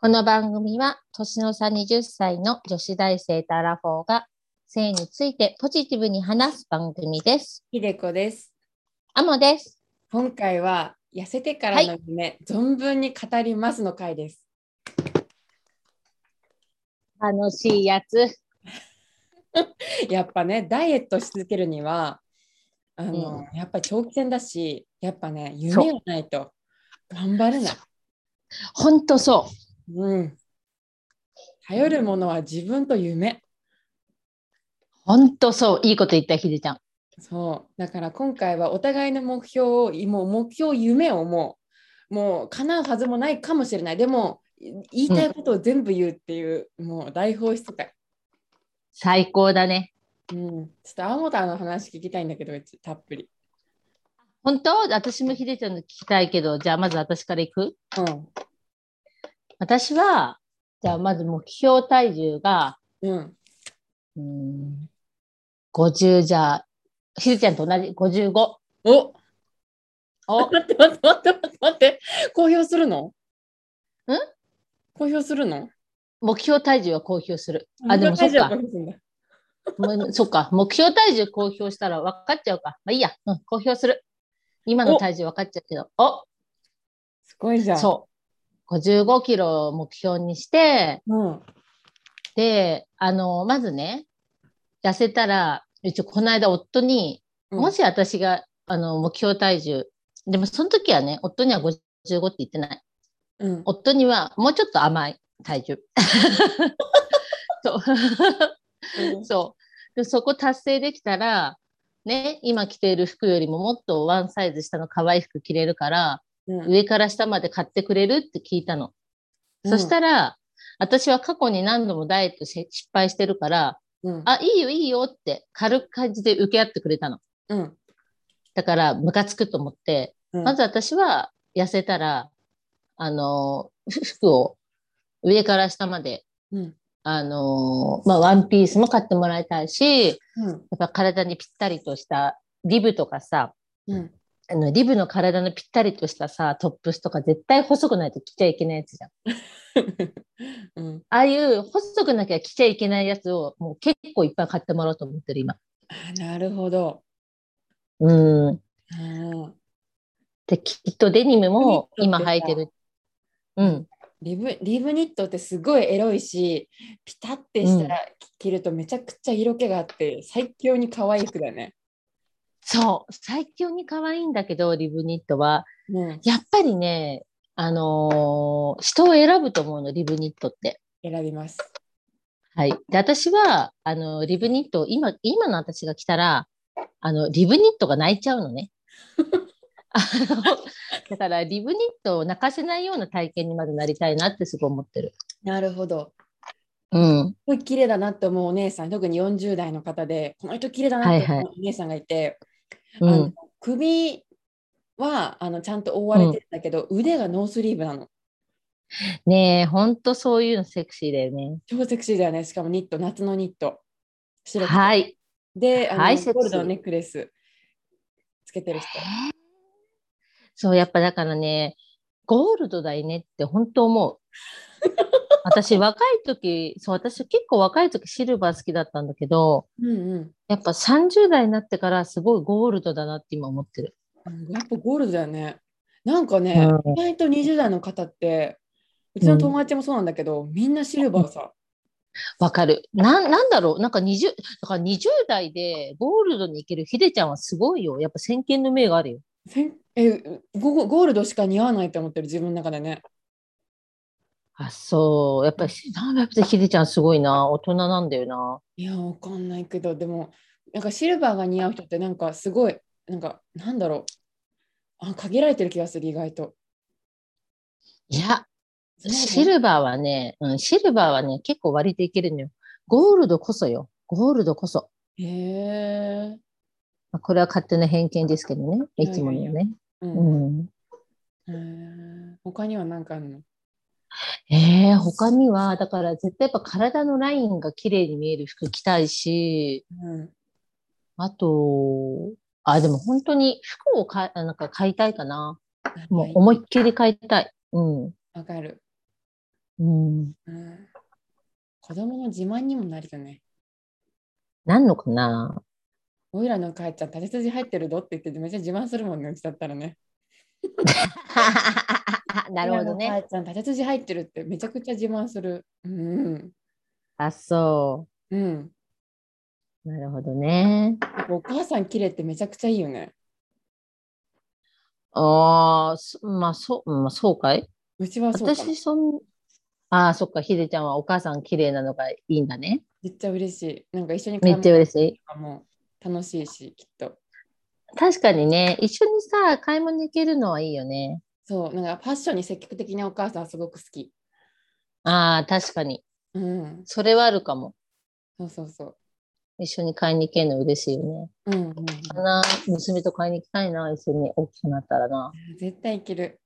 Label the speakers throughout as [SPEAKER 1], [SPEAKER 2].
[SPEAKER 1] この番組は年の差20歳の女子大生とアラフォーが性についてポジティブに話す番組です。
[SPEAKER 2] ひでこです。
[SPEAKER 1] アモです。
[SPEAKER 2] 今回は痩せてからの夢、存分に語りますの回です。
[SPEAKER 1] 楽しいやつ。
[SPEAKER 2] やっぱね、ダイエットし続けるには、あの、やっぱり長期戦だし、やっぱね、夢がないと頑張れない。
[SPEAKER 1] ほんとそ
[SPEAKER 2] うん。頼るものは自分と夢。
[SPEAKER 1] う。ほんとそう。いいこと言った、ひでちゃん。
[SPEAKER 2] そう。だから今回はお互いの目標を、もう目標、夢をもう、もう叶うはずもないかもしれない。でも、言いたいことを全部言うっていう、もう大放出会。
[SPEAKER 1] 最高だね。
[SPEAKER 2] うん、ちょっとアモタの話聞きたいんだけど、うちたっぷり。
[SPEAKER 1] 本当私もひでちゃんの聞きたいけど、じゃあまず私からいく
[SPEAKER 2] う
[SPEAKER 1] 私は、じゃあまず目標体重が、
[SPEAKER 2] ん。うん。
[SPEAKER 1] うーん、50じゃあ、ひでちゃんと同じ55。
[SPEAKER 2] お
[SPEAKER 1] お
[SPEAKER 2] 待って待って待って待って待って。公表するのん公表するの
[SPEAKER 1] 目標体重は公表する。あ、でもそっか
[SPEAKER 2] 公。表するんだ
[SPEAKER 1] もうそっか。目標体重公表したら分かっちゃうか。まあいいや。うん、公表する。今の体重分かっちゃうけど。お
[SPEAKER 2] すごいじゃん。
[SPEAKER 1] そう。55キロを目標にして、
[SPEAKER 2] う。うん。
[SPEAKER 1] で、あの、まずね、痩せたら、うちこの間夫に、
[SPEAKER 2] うん
[SPEAKER 1] もし私が、あの、目標体重、でもその時はね、夫には55って言ってない。
[SPEAKER 2] うん、
[SPEAKER 1] 夫にはもうちょっと甘い体 重。そう。そう。で、そこ達成できたら、ね、今着ている服よりももっとワンサイズ下の可愛い服着れるから、
[SPEAKER 2] うん。
[SPEAKER 1] 上から下まで買ってくれるって聞いたの。そしたら、私は過去に何度もダイエットし失敗してるから、
[SPEAKER 2] うん。
[SPEAKER 1] あ、いいよいいよって軽く感じで受け合ってくれたの。
[SPEAKER 2] うん。
[SPEAKER 1] だから、ムカつくと思って、
[SPEAKER 2] うん
[SPEAKER 1] まず私は痩せたら、あの、ふ服を上から下まで、
[SPEAKER 2] うん。
[SPEAKER 1] あの、まあ、ワンピースも買ってもらいたいし、
[SPEAKER 2] うん。
[SPEAKER 1] やっぱ体にぴったりとしたリブとかさ、
[SPEAKER 2] うん。
[SPEAKER 1] あのリブの体のぴったりとしたさ、トップスとか絶対細くないと着ちゃいけないやつじゃん。
[SPEAKER 2] うん。
[SPEAKER 1] ああいう細くなきゃ着ちゃいけないやつをもう結構いっぱい買ってもらおうと思ってる今。
[SPEAKER 2] あなるほど。
[SPEAKER 1] うん。
[SPEAKER 2] うん
[SPEAKER 1] で、きっとデニムも
[SPEAKER 2] デニ
[SPEAKER 1] 今
[SPEAKER 2] ムとか
[SPEAKER 1] 履いてる。うん。
[SPEAKER 2] リブリブニットってすごいエロいしピタってしたら着るとめちゃくちゃ色気があって、最強に可愛い服だね。
[SPEAKER 1] そう。最強に可愛いんだけど、リブニットは。
[SPEAKER 2] うん、
[SPEAKER 1] やっぱりね、あのー人を選ぶと思うの、リブニットって。
[SPEAKER 2] 選びます。
[SPEAKER 1] はい。で、私は、あの、リブニットを、今、今の私が来たら、あの、リブニットが泣いちゃうのね。あの、だから、リブニットを泣かせないような体験にまでなりたいなってすごい思ってる。
[SPEAKER 2] なるほど。
[SPEAKER 1] うん。
[SPEAKER 2] すごい綺麗だなって思うお姉さん、特に40代の方で、この人綺麗だなって
[SPEAKER 1] はい
[SPEAKER 2] 思うお姉さんがいて、
[SPEAKER 1] う
[SPEAKER 2] あの
[SPEAKER 1] ん。
[SPEAKER 2] 首はあのちゃんと覆われてるんだけど、腕がノースリーブなの。
[SPEAKER 1] ねえ、ほんとそういうのセクシーだよね。
[SPEAKER 2] 超セクシーだよね。しかもニット、夏のニット。白くて
[SPEAKER 1] はい。
[SPEAKER 2] で、あの
[SPEAKER 1] はいセクシー
[SPEAKER 2] ゴールドのネックレスつけてる人。
[SPEAKER 1] そう、やっぱだからね、ゴールドだいねって本当思う。私、若い時、そう、私結構若い時シルバー好きだったんだけど、
[SPEAKER 2] うんうん
[SPEAKER 1] やっぱ30代になってからすごいゴールドだなって今思ってる。
[SPEAKER 2] うん。やっぱゴールドだよね。なんかね、
[SPEAKER 1] うん
[SPEAKER 2] 意外と20代の方って、うちの友達もそうなんだけど、みんなシルバーさ。
[SPEAKER 1] わかる。なん、なんだろうなんか20、だから20代でゴールドに行けるヒデちゃんはすごいよ。やっぱ先見の明があるよ。
[SPEAKER 2] せんえゴゴールドしか似合わないって思ってる自分の中でね。
[SPEAKER 1] あ、そう。やっぱり、なんやっぱヒデちゃんすごいな。大人なんだよな。
[SPEAKER 2] いや、わかんないけど、でも、なんかシルバーが似合う人って、なんかすごい、なんか、なんだろう。あ、限られてる気がする、意外と。
[SPEAKER 1] いや、シ
[SPEAKER 2] シル
[SPEAKER 1] ルバーはね、うん、シルバーはね、結構割といけるのよ。ゴールドこそよ。ゴールドこそ。
[SPEAKER 2] へえ。
[SPEAKER 1] まあこれは勝手な偏見ですけどね。い
[SPEAKER 2] いやいやいや
[SPEAKER 1] つものね。
[SPEAKER 2] う。
[SPEAKER 1] うんん。
[SPEAKER 2] へー他には何かあるの
[SPEAKER 1] ええ他には、だから絶対やっぱ体のラインが綺麗に見える服着たいし、
[SPEAKER 2] うん。
[SPEAKER 1] あと、あ、でも本当に服をかなんか買いたいかな。もう思いっきり買いたい。うん。
[SPEAKER 2] わかる。
[SPEAKER 1] ううん、
[SPEAKER 2] うん、子供の自慢にもなるよね。
[SPEAKER 1] なんのかな
[SPEAKER 2] おいらの母ちゃん、縦筋入ってるぞって言っててめっちゃ自慢するもんね、うちだったらね。
[SPEAKER 1] なるほど
[SPEAKER 2] おいらの
[SPEAKER 1] ね。
[SPEAKER 2] 母ちゃん、縦筋入ってるってめちゃくちゃ自慢する。うん。
[SPEAKER 1] あ、そ
[SPEAKER 2] うん。
[SPEAKER 1] う。なるほどね。
[SPEAKER 2] やっぱお母さん綺麗ってめちゃくちゃいいよね。
[SPEAKER 1] ああ、そまあ、そう、うんまあ、そうかいう
[SPEAKER 2] ちはそうかも。
[SPEAKER 1] 私、そん、ああ、そっか、ひでちゃんはお母さん綺麗なのがいいんだね。
[SPEAKER 2] めっちゃ嬉しい。なんか一緒に
[SPEAKER 1] めっちゃ嬉しい。
[SPEAKER 2] とかも楽しいし、きっと。
[SPEAKER 1] 確かにね、一緒にさ、買い物行けるのはいいよね。
[SPEAKER 2] そう、なんかファッションに積極的なお母さんすごく好き。
[SPEAKER 1] ああ、確かに。
[SPEAKER 2] うん。
[SPEAKER 1] それはあるかも。
[SPEAKER 2] そうそうそ
[SPEAKER 1] 一緒に買いに行けるの嬉しいよね。
[SPEAKER 2] う。うん、うん。
[SPEAKER 1] かな、娘と買いに行きたいな、一緒に大きくなったらな。
[SPEAKER 2] 絶対いける。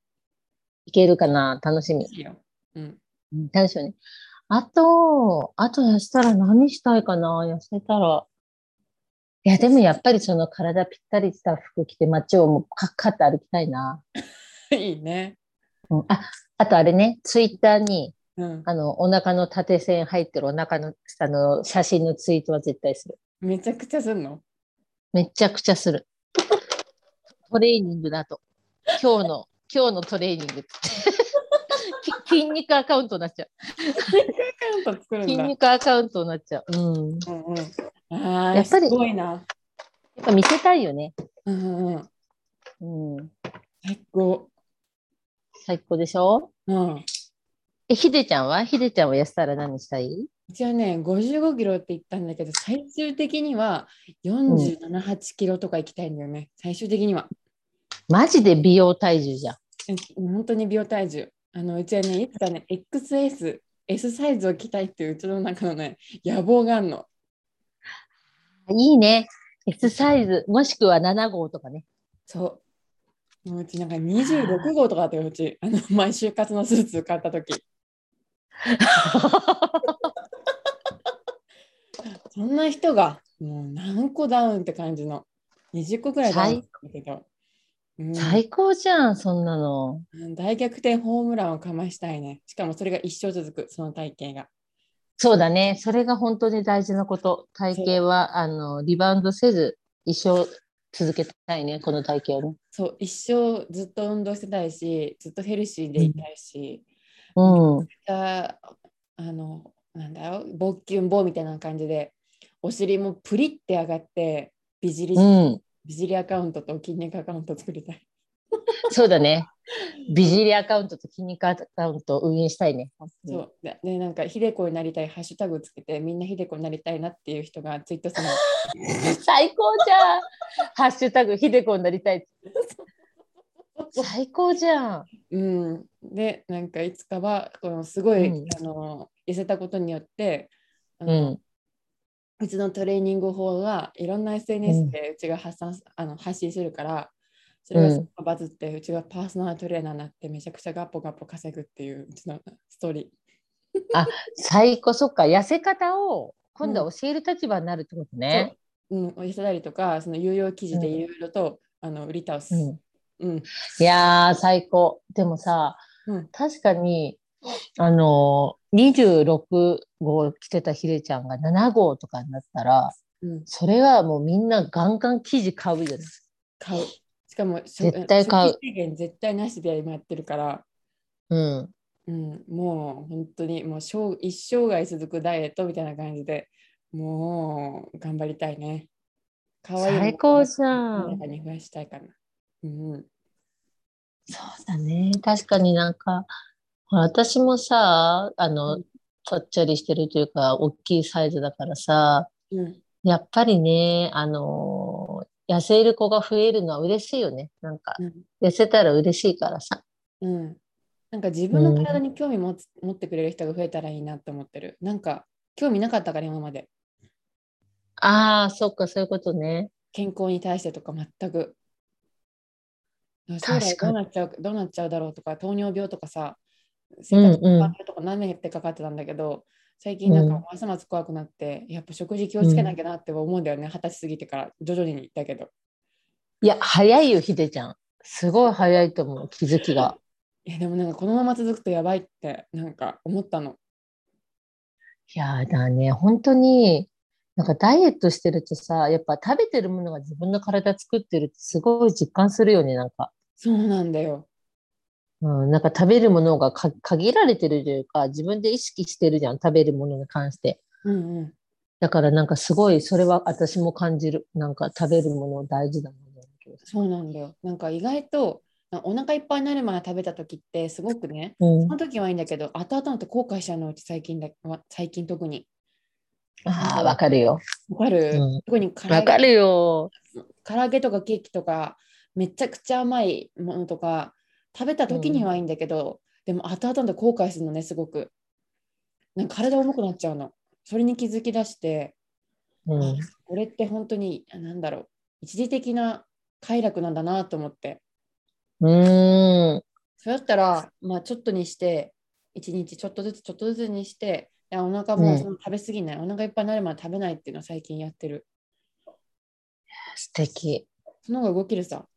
[SPEAKER 1] 行けるかな、楽しみ。
[SPEAKER 2] いいよ。うん。
[SPEAKER 1] う ん楽しみね。あと、あと痩せたら何したいかな、痩せたら。いや、でもやっぱりその体ぴったりした服着て街をもうカッカッと歩きたいな。
[SPEAKER 2] いいね。
[SPEAKER 1] うん、あ、あとあれね、ツイッターに、
[SPEAKER 2] うん。
[SPEAKER 1] あの、お腹の縦線入ってるお腹の下の写真のツイートは絶対する。
[SPEAKER 2] めちゃくちゃすんの。
[SPEAKER 1] めちゃくちゃする。トレーニングだと。今日の、今日のトレーニングって。 き筋肉アカウントになっちゃ
[SPEAKER 2] アカウント作る
[SPEAKER 1] う。
[SPEAKER 2] ん
[SPEAKER 1] 筋
[SPEAKER 2] だ。
[SPEAKER 1] 肉アカウントになっちゃう。うん。や
[SPEAKER 2] うんうん。ああ、
[SPEAKER 1] やっぱり
[SPEAKER 2] すごいな。
[SPEAKER 1] っぱ見せたいよね。
[SPEAKER 2] うんうんうん。
[SPEAKER 1] うん。
[SPEAKER 2] 最高。
[SPEAKER 1] 最高でしょ
[SPEAKER 2] うん。
[SPEAKER 1] え、ひでちゃんはひでちゃんは痩せたら何したい
[SPEAKER 2] 一応ね、55キロって言ったんだけど、最終的には47、8キロとか行きたいんだよね。最終的には。
[SPEAKER 1] マジで美容体重じゃん。
[SPEAKER 2] うん本当に美容体重。あのうちはね、いつかね、XS、S サイズを着たいっていううちの中のね、野望があるの。
[SPEAKER 1] いいね。S サイズ、もしくは7号とかね。
[SPEAKER 2] そう。もううちなんか26号とかだったよ、うち。あの毎週活のスーツ買った時そんな人がもう何個ダウンって感じの。20個ぐらいダウンだけど。うん
[SPEAKER 1] 最高じゃん、そんなの。
[SPEAKER 2] 大逆転ホームランをかましたいね。しかもそれが一生続く、その体型が。
[SPEAKER 1] そうだね。それが本当に大事なこと。体型は、あの、リバウンドせず、一生続けたいね、この体型をね。
[SPEAKER 2] そう、一生ずっと運動してたいし、ずっとヘルシーでいたいし、
[SPEAKER 1] うん。
[SPEAKER 2] があの、なんだろう、勃起ん棒みたいな感じで、お尻もプリって上がって、美尻、
[SPEAKER 1] うん。
[SPEAKER 2] 美尻アカウントと筋肉アカウント作りたい。
[SPEAKER 1] そうだね。美尻アカウントと筋肉アカウントを運営したいね。
[SPEAKER 2] そうででなんかひでこになりたいハッシュタグつけてみんなひでこになりたいなっていう人がツイートするの
[SPEAKER 1] 最高じゃん。ハッシュタグ、ひでこになりたい。最高じゃん。
[SPEAKER 2] うん、でなんかいつかはこのすごい、
[SPEAKER 1] うん
[SPEAKER 2] あの痩せたことによってあ
[SPEAKER 1] う
[SPEAKER 2] の、
[SPEAKER 1] ん。
[SPEAKER 2] うちのトレーニング法がいろんな SNS でうちが発散す、あの発信するからそれがすごいバズって、うちがパーソナルトレーナーになってめちゃくちゃガッポガッポ稼ぐっていううちのストーリー
[SPEAKER 1] 最高、そっか。痩せ方を今度は教える立場になるってことね。
[SPEAKER 2] そう、うん、痩せたりとかその有用記事でいろいろと、あの売り倒す、
[SPEAKER 1] うん
[SPEAKER 2] うん
[SPEAKER 1] いやー、最高。でもさ、
[SPEAKER 2] うん
[SPEAKER 1] 確かに、あのー、26号着てたひでちゃんが7号とかになったら、
[SPEAKER 2] うん、
[SPEAKER 1] それはもうみんなガンガン生地買うよね。
[SPEAKER 2] 買うしかもしょ
[SPEAKER 1] 絶対買う
[SPEAKER 2] 食事制限絶対なしで今やってるから
[SPEAKER 1] うん。
[SPEAKER 2] うん、もう本当にもう生一生涯続くダイエットみたいな感じでもう頑張りたいね。かわいい
[SPEAKER 1] 最高じゃ
[SPEAKER 2] 世の
[SPEAKER 1] ん。
[SPEAKER 2] 中に増やしたいかな。うん、
[SPEAKER 1] そうだね。確かになんか、ほら私もさ、あ
[SPEAKER 2] う
[SPEAKER 1] の、ぽっちゃりしてるというか、大きいサイズだからさ、
[SPEAKER 2] うん、
[SPEAKER 1] やっぱりね、あのー痩せる子が増えるのは嬉しいよね。なんか、
[SPEAKER 2] うん
[SPEAKER 1] 痩せたら嬉しいからさ。
[SPEAKER 2] うん。なんか自分の体に興味持つ、持ってくれる人が増えたらいいなと思ってる。なんか興味なかったから今まで
[SPEAKER 1] ああ、そっか、そういうことね。
[SPEAKER 2] 健康に対してとか全く。将
[SPEAKER 1] 確
[SPEAKER 2] 来ど
[SPEAKER 1] か
[SPEAKER 2] う
[SPEAKER 1] に
[SPEAKER 2] なっちゃうどうなっちゃうだろうとか糖尿病とかさ
[SPEAKER 1] う
[SPEAKER 2] 生
[SPEAKER 1] んうん
[SPEAKER 2] 活困るとか何年ってかかってたんだけど、最近なんかますます怖くなって、やっぱ食事気をつけなきゃなって思うんだよね二十、歳過ぎてから徐々にだけど
[SPEAKER 1] いや、早いよ、ひでちゃん。すごい早いと思う、気づきが。
[SPEAKER 2] えでもなんかこのまま続くとやばいってなんか思ったの。
[SPEAKER 1] いやーだね、本当に、なんかダイエットしてるとさ、やっぱ食べてるものが自分の体作ってるってすごい実感するよね、なんか。
[SPEAKER 2] そうなんだよ。
[SPEAKER 1] うん、なんか食べるものがか限られてるというか、自分で意識してるじゃん、食べるものに関して。
[SPEAKER 2] うんうん。
[SPEAKER 1] だからなんかすごい、それは私も感じる。なんか食べるもの大事だなと思うけど。
[SPEAKER 2] そうなんだよ。なんか意外となんかお腹いっぱいになる前食べた時ってすごくね、
[SPEAKER 1] うん
[SPEAKER 2] その時はいいんだけど、後々のと後悔しちゃうのうち最近だわ最近特に。
[SPEAKER 1] ああ、わかるよ。
[SPEAKER 2] わかる、
[SPEAKER 1] うん
[SPEAKER 2] 特に唐揚
[SPEAKER 1] わか
[SPEAKER 2] げ
[SPEAKER 1] るよ。
[SPEAKER 2] 唐揚げとかケーキとかめちゃくちゃ甘いものとか食べた時にはいいんだけど、でも後々で後悔するのねすごくなんか体重くなっちゃうのそれに気づき出して、
[SPEAKER 1] うん。
[SPEAKER 2] これって本当に何だろう一時的な快楽なんだなと思って
[SPEAKER 1] うーん。
[SPEAKER 2] そうやったら、まあ、ちょっとにして一日ちょっとずつちょっとずつにしてでお腹もその食べ過ぎない、お腹いっぱいになるまで食べないっていうのは最近やってる
[SPEAKER 1] 素敵。
[SPEAKER 2] その方が動けるさっ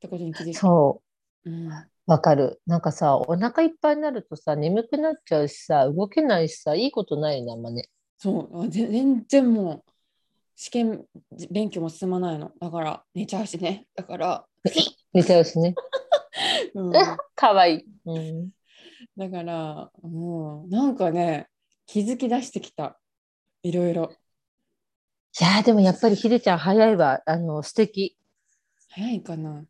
[SPEAKER 2] てことに気づいて、
[SPEAKER 1] そう。
[SPEAKER 2] うん、
[SPEAKER 1] わかる。なんかさ、お腹いっぱいになるとさ、眠くなっちゃうしさ、動けないしさ、いいことないな、あんまね。
[SPEAKER 2] そう、あぜ全然もう試験じ勉強も進まないの。だから寝ちゃうしね。だから、
[SPEAKER 1] 寝ちゃうしね。
[SPEAKER 2] うん、
[SPEAKER 1] え
[SPEAKER 2] だ
[SPEAKER 1] かわいい。うん、
[SPEAKER 2] から、もうんなんかね、気づき出してきた。いろいろ。
[SPEAKER 1] いやー、でもやっぱりひでちゃん早いわ。あの、素敵。
[SPEAKER 2] 早いかな。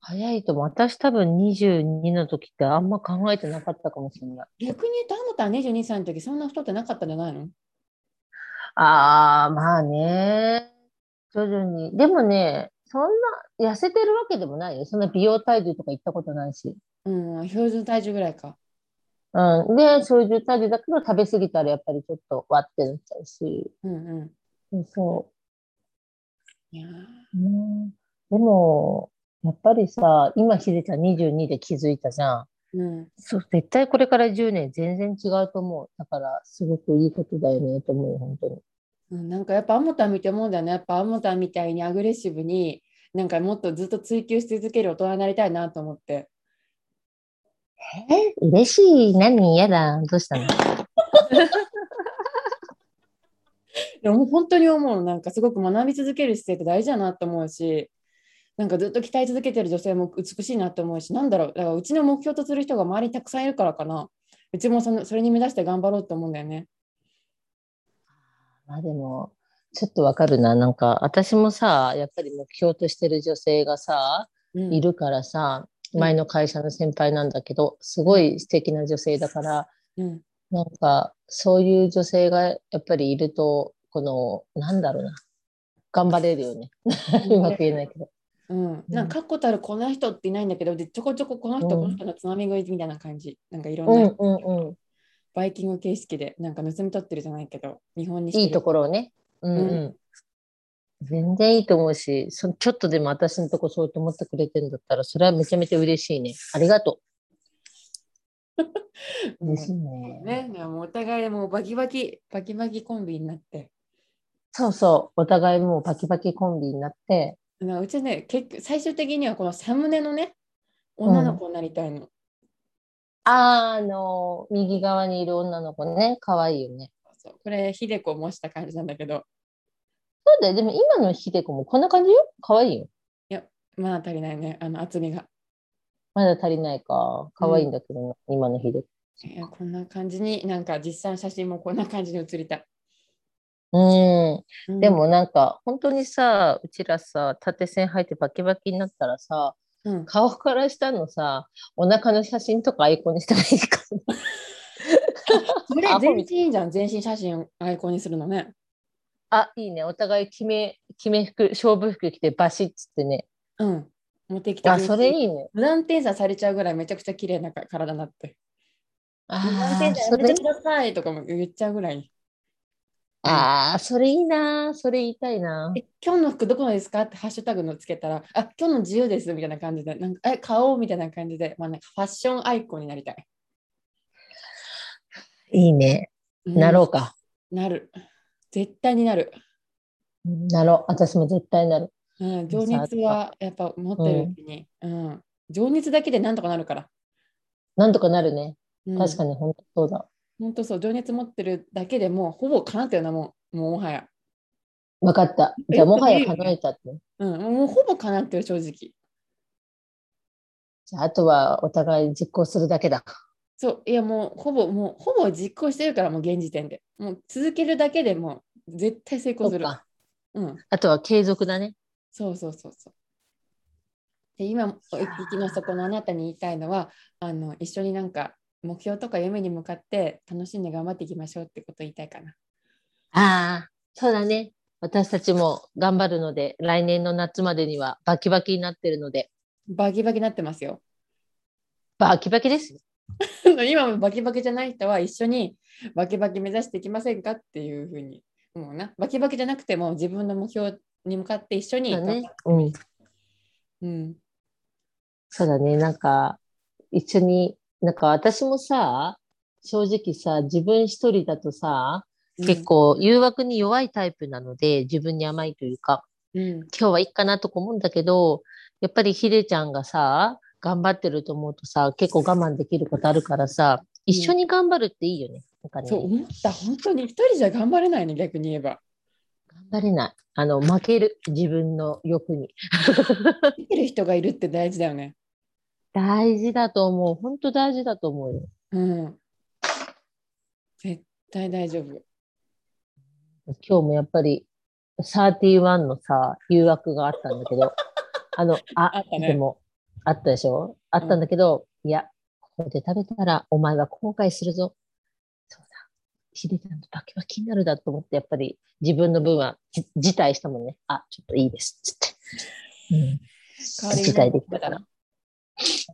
[SPEAKER 1] 早いと思う。私多分22の時ってあんま考えてなかったかもしれない。
[SPEAKER 2] 逆に言うと、あなたは22歳の時、そんな太ってなかったんじゃないの
[SPEAKER 1] あー、まあね。徐々に。でもね、そんな、痩せてるわけでもないよ。そんな美容体重とか行ったことないし。
[SPEAKER 2] うん、標準体重ぐらいか。
[SPEAKER 1] うん。で、標準体重だけど食べ過ぎたらやっぱりちょっと割ってなっちゃうし。
[SPEAKER 2] うんう
[SPEAKER 1] そう。
[SPEAKER 2] ん。いやー
[SPEAKER 1] うんでも、やっぱりさ、今、ひでちゃん22で気づいたじゃん。
[SPEAKER 2] うん、
[SPEAKER 1] そう、絶対これから10年全然違うと思う。だから、すごくいいことだよね、と思うよ、本当に。
[SPEAKER 2] うん、なんかやっぱアモタン見て思うんだよね。やっぱアモタンみたいにアグレッシブに、なんかもっとずっと追求し続ける大人になりたいなと思って。
[SPEAKER 1] え嬉しい。何嫌だ。どうしたの
[SPEAKER 2] でも本当に思うなんかすごく学び続ける姿勢って大事だなと思うしなんかずっと鍛え続けてる女性も美しいなと思うしなんだろうだからうちの目標とする人が周りにたくさんいるからかなうちもそのそれに目指して頑張ろうと思うんだよね。
[SPEAKER 1] まあでも、ちょっとわかるな。なんか、私もさ、やっぱり目標としてる女性がさ、
[SPEAKER 2] うん
[SPEAKER 1] いるからさ、
[SPEAKER 2] うん
[SPEAKER 1] 前の会社の先輩なんだけど、すごい素敵な女性だから、
[SPEAKER 2] うん
[SPEAKER 1] なんか、そういう女性がやっぱりいると、この、なんだろうな、頑張れるよね。うまく言えないけど。
[SPEAKER 2] うん、なんか確固たるこの人っていないんだけどでちょこちょここの人
[SPEAKER 1] うん
[SPEAKER 2] この人のつまみ食いみたいな感じなんかいろ
[SPEAKER 1] うんん
[SPEAKER 2] な
[SPEAKER 1] うんう
[SPEAKER 2] バイキング形式でなんか盗み取ってるじゃないけど日本にして
[SPEAKER 1] ん。
[SPEAKER 2] る
[SPEAKER 1] いいところをね。うんうん。全然いいと思うし、そちょっとでも私のとこそうと思ってくれてんだったら、それはめちゃめちゃ嬉しいね。ありがとう。
[SPEAKER 2] うん
[SPEAKER 1] 嬉しい
[SPEAKER 2] そう
[SPEAKER 1] ね。
[SPEAKER 2] ね、もうお互いでもうバキバキバキバキコンビになって
[SPEAKER 1] そうそう。お互いもうバキバキコンビになって、
[SPEAKER 2] なうちね結局最終的にはこのサムネのね女の子になりたいの、
[SPEAKER 1] あーあの、右側にいる女の子ね、可愛いよね。
[SPEAKER 2] そうこれひでこ模した感じなんだけど
[SPEAKER 1] そうだよ。でも今のひで子もこんな感じよ。可愛いよ。
[SPEAKER 2] まだ足りないねあの厚みが
[SPEAKER 1] まだ足りないか。可愛いんだけどな、今の日で。
[SPEAKER 2] いやこんな感じになんか実際の写真もこんな感じに写りたい、
[SPEAKER 1] うん。
[SPEAKER 2] うん
[SPEAKER 1] で、もなんか、本当にさ、うちらさ、縦線入ってバキバキになったらさ、
[SPEAKER 2] うん、
[SPEAKER 1] 顔から下のさ、お腹の写真とかアイコンにしたらいいかも。
[SPEAKER 2] これ
[SPEAKER 1] アホみ
[SPEAKER 2] 全身じゃん全身写真をアイコンにするのね
[SPEAKER 1] あ、いいね。お互い決め、決め服、勝負服着てバシッつってね。
[SPEAKER 2] うん持ってきて
[SPEAKER 1] あ、それ
[SPEAKER 2] い
[SPEAKER 1] いいね。
[SPEAKER 2] 無断転写されちゃうぐらいめちゃくちゃ綺麗なか体になって無断
[SPEAKER 1] あ
[SPEAKER 2] 転
[SPEAKER 1] ー
[SPEAKER 2] 写
[SPEAKER 1] そ
[SPEAKER 2] やめ
[SPEAKER 1] れ
[SPEAKER 2] てくださいとかも言っちゃうぐらい
[SPEAKER 1] あー、それいいな。それ言いたいな。
[SPEAKER 2] え今日の服どこのですかってハッシュタグのつけたら、あ今日の自由ですみたいな感じで、なんかえ買おうみたいな感じで、まあ、なんかファッションアイコンになりたい。
[SPEAKER 1] いいね。なろうか。
[SPEAKER 2] うん。なる。絶対になる。
[SPEAKER 1] なろう。私も絶対なる。
[SPEAKER 2] うん、情熱はやっぱ持ってるうちに、うん情熱だけでなんとかなるから。
[SPEAKER 1] なんとかなるね。
[SPEAKER 2] うん
[SPEAKER 1] 確かに、本当そうだ。
[SPEAKER 2] 本当そう、情熱持ってるだけでもうほぼ叶ったようなもん、もうもはや。
[SPEAKER 1] 分かった。じゃあ、もはや叶えたって。
[SPEAKER 2] うん、もうほぼ叶ってる、正直。
[SPEAKER 1] じゃあ、あとはお互い実行するだけだ。
[SPEAKER 2] そう、いやもうほぼ、もうほぼ実行してるから、もう現時点で。もう続けるだけでもう絶対成功
[SPEAKER 1] そ
[SPEAKER 2] す
[SPEAKER 1] っ
[SPEAKER 2] る。
[SPEAKER 1] か。
[SPEAKER 2] うん、
[SPEAKER 1] あとは継続だね。
[SPEAKER 2] そうそうそうそう。で今、お息の底のあなたに言いたいのはあの、一緒になんか目標とか夢に向かって楽しんで頑張っていきましょうってこと言いたいかな。
[SPEAKER 1] ああ、そうだね。私たちも頑張るので、来年の夏までにはバキバキになってるので、
[SPEAKER 2] バキバキなってますよ。
[SPEAKER 1] バキバキです。
[SPEAKER 2] 今もバキバキじゃない人は一緒にバキバキ目指していきませんかっていうふうに思うな。バキバキじゃなくても自分の目標に向かって一緒に
[SPEAKER 1] そうだね。うん。
[SPEAKER 2] うん。
[SPEAKER 1] そうだね。なんか、一緒に、なんか私もさ、正直さ、自分一人だとさ、結構誘惑に弱いタイプなので、自分に甘いというか、
[SPEAKER 2] うん。
[SPEAKER 1] 今日はいいかなとか思うんだけど、やっぱりひでちゃんがさ、頑張ってると思うとさ、結構我慢できることあるからさ、一緒に頑張るっていいよね。なんかね
[SPEAKER 2] そう思った。本当に一人じゃ頑張れないね、逆に言えば。
[SPEAKER 1] 頑張れない。あの、負ける。自分の欲に。
[SPEAKER 2] 見てる人がいるって大事だよね。
[SPEAKER 1] 大事だと思う。本当大事だと思うよ。
[SPEAKER 2] うん。絶対大丈夫。
[SPEAKER 1] 今日もやっぱり、31のさ、誘惑があったんだけ ど、あの、あ、
[SPEAKER 2] あったね
[SPEAKER 1] でも、あったでしょあったんだけど、いや、ここで食べたらお前は後悔するぞ。そうだ。ひでちゃんとバキバキになるだと思って、やっぱり自分の分はじ辞退したもんね。あ、ちょっといいです。つって。うん。
[SPEAKER 2] 代わりに
[SPEAKER 1] 辞退できたから。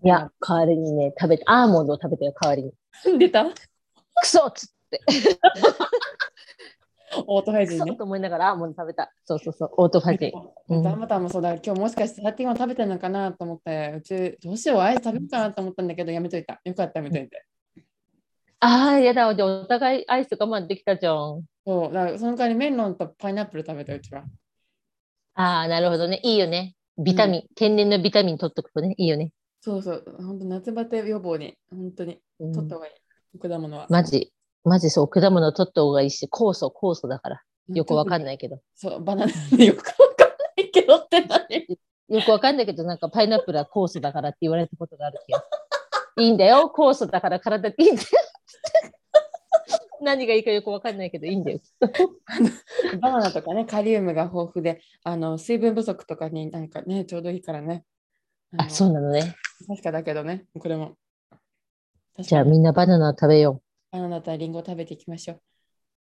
[SPEAKER 1] いや、代わりにね、食べて、アーモンドを食べてよ、代わりに。
[SPEAKER 2] 出た
[SPEAKER 1] クソっつっ
[SPEAKER 2] オートファイ
[SPEAKER 1] ク
[SPEAKER 2] ジ
[SPEAKER 1] ソ
[SPEAKER 2] ンね。
[SPEAKER 1] と思いながらアーモンド食べた。そうそうそう、オートファジン。うん
[SPEAKER 2] ダンバタンもそうだ、今日もしかしてサティンを食べてるのかなと思って、うちどうしよう、アイス食べるかなと思ったんだけど、やめといた。よかった、やめといて。
[SPEAKER 1] ああ、やだ、じゃあお互いアイス我慢できたじゃん。
[SPEAKER 2] そう、だからその代わりメロンとパイナップル食べた、うちは。
[SPEAKER 1] ああ、なるほどね。いいよね。ビタミン、天然のビタミン取っとくとね、いいよね。
[SPEAKER 2] そうそう、本当夏バテ予防に、本当に、
[SPEAKER 1] うん
[SPEAKER 2] 取った方がいい、果物は。
[SPEAKER 1] マジ、マジそう、果物取った方がいいし、酵素、酵素だから。よくわかん
[SPEAKER 2] い。
[SPEAKER 1] ないけど。
[SPEAKER 2] そう、バナナでよくわかんないけどって何
[SPEAKER 1] よくわかんないけど、なんかパイナップルは酵素だからって言われたことがあるけど。 いいんだよ、酵素だから体ってい いんだよ。何がいいかよくわかんないけど、いいんだよ。
[SPEAKER 2] バナナとかね、カリウムが豊富で、あの水分不足とかになんかね、ちょうどいいからね。。
[SPEAKER 1] あ、そううなのね。
[SPEAKER 2] 確かだけどね、これも。確
[SPEAKER 1] じゃ
[SPEAKER 2] か
[SPEAKER 1] あ
[SPEAKER 2] に
[SPEAKER 1] みんなバナナ食べよ
[SPEAKER 2] バナナとリンゴを食べていきましょ
[SPEAKER 1] う。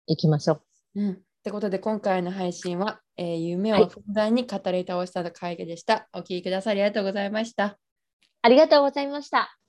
[SPEAKER 1] 行きましょう。
[SPEAKER 2] う。うん。ってことで、今回の配信は、えー夢
[SPEAKER 1] はい
[SPEAKER 2] をふんだんに語り倒した会議でした。お聞きくださりありがとうございました。
[SPEAKER 1] ありがとうございました。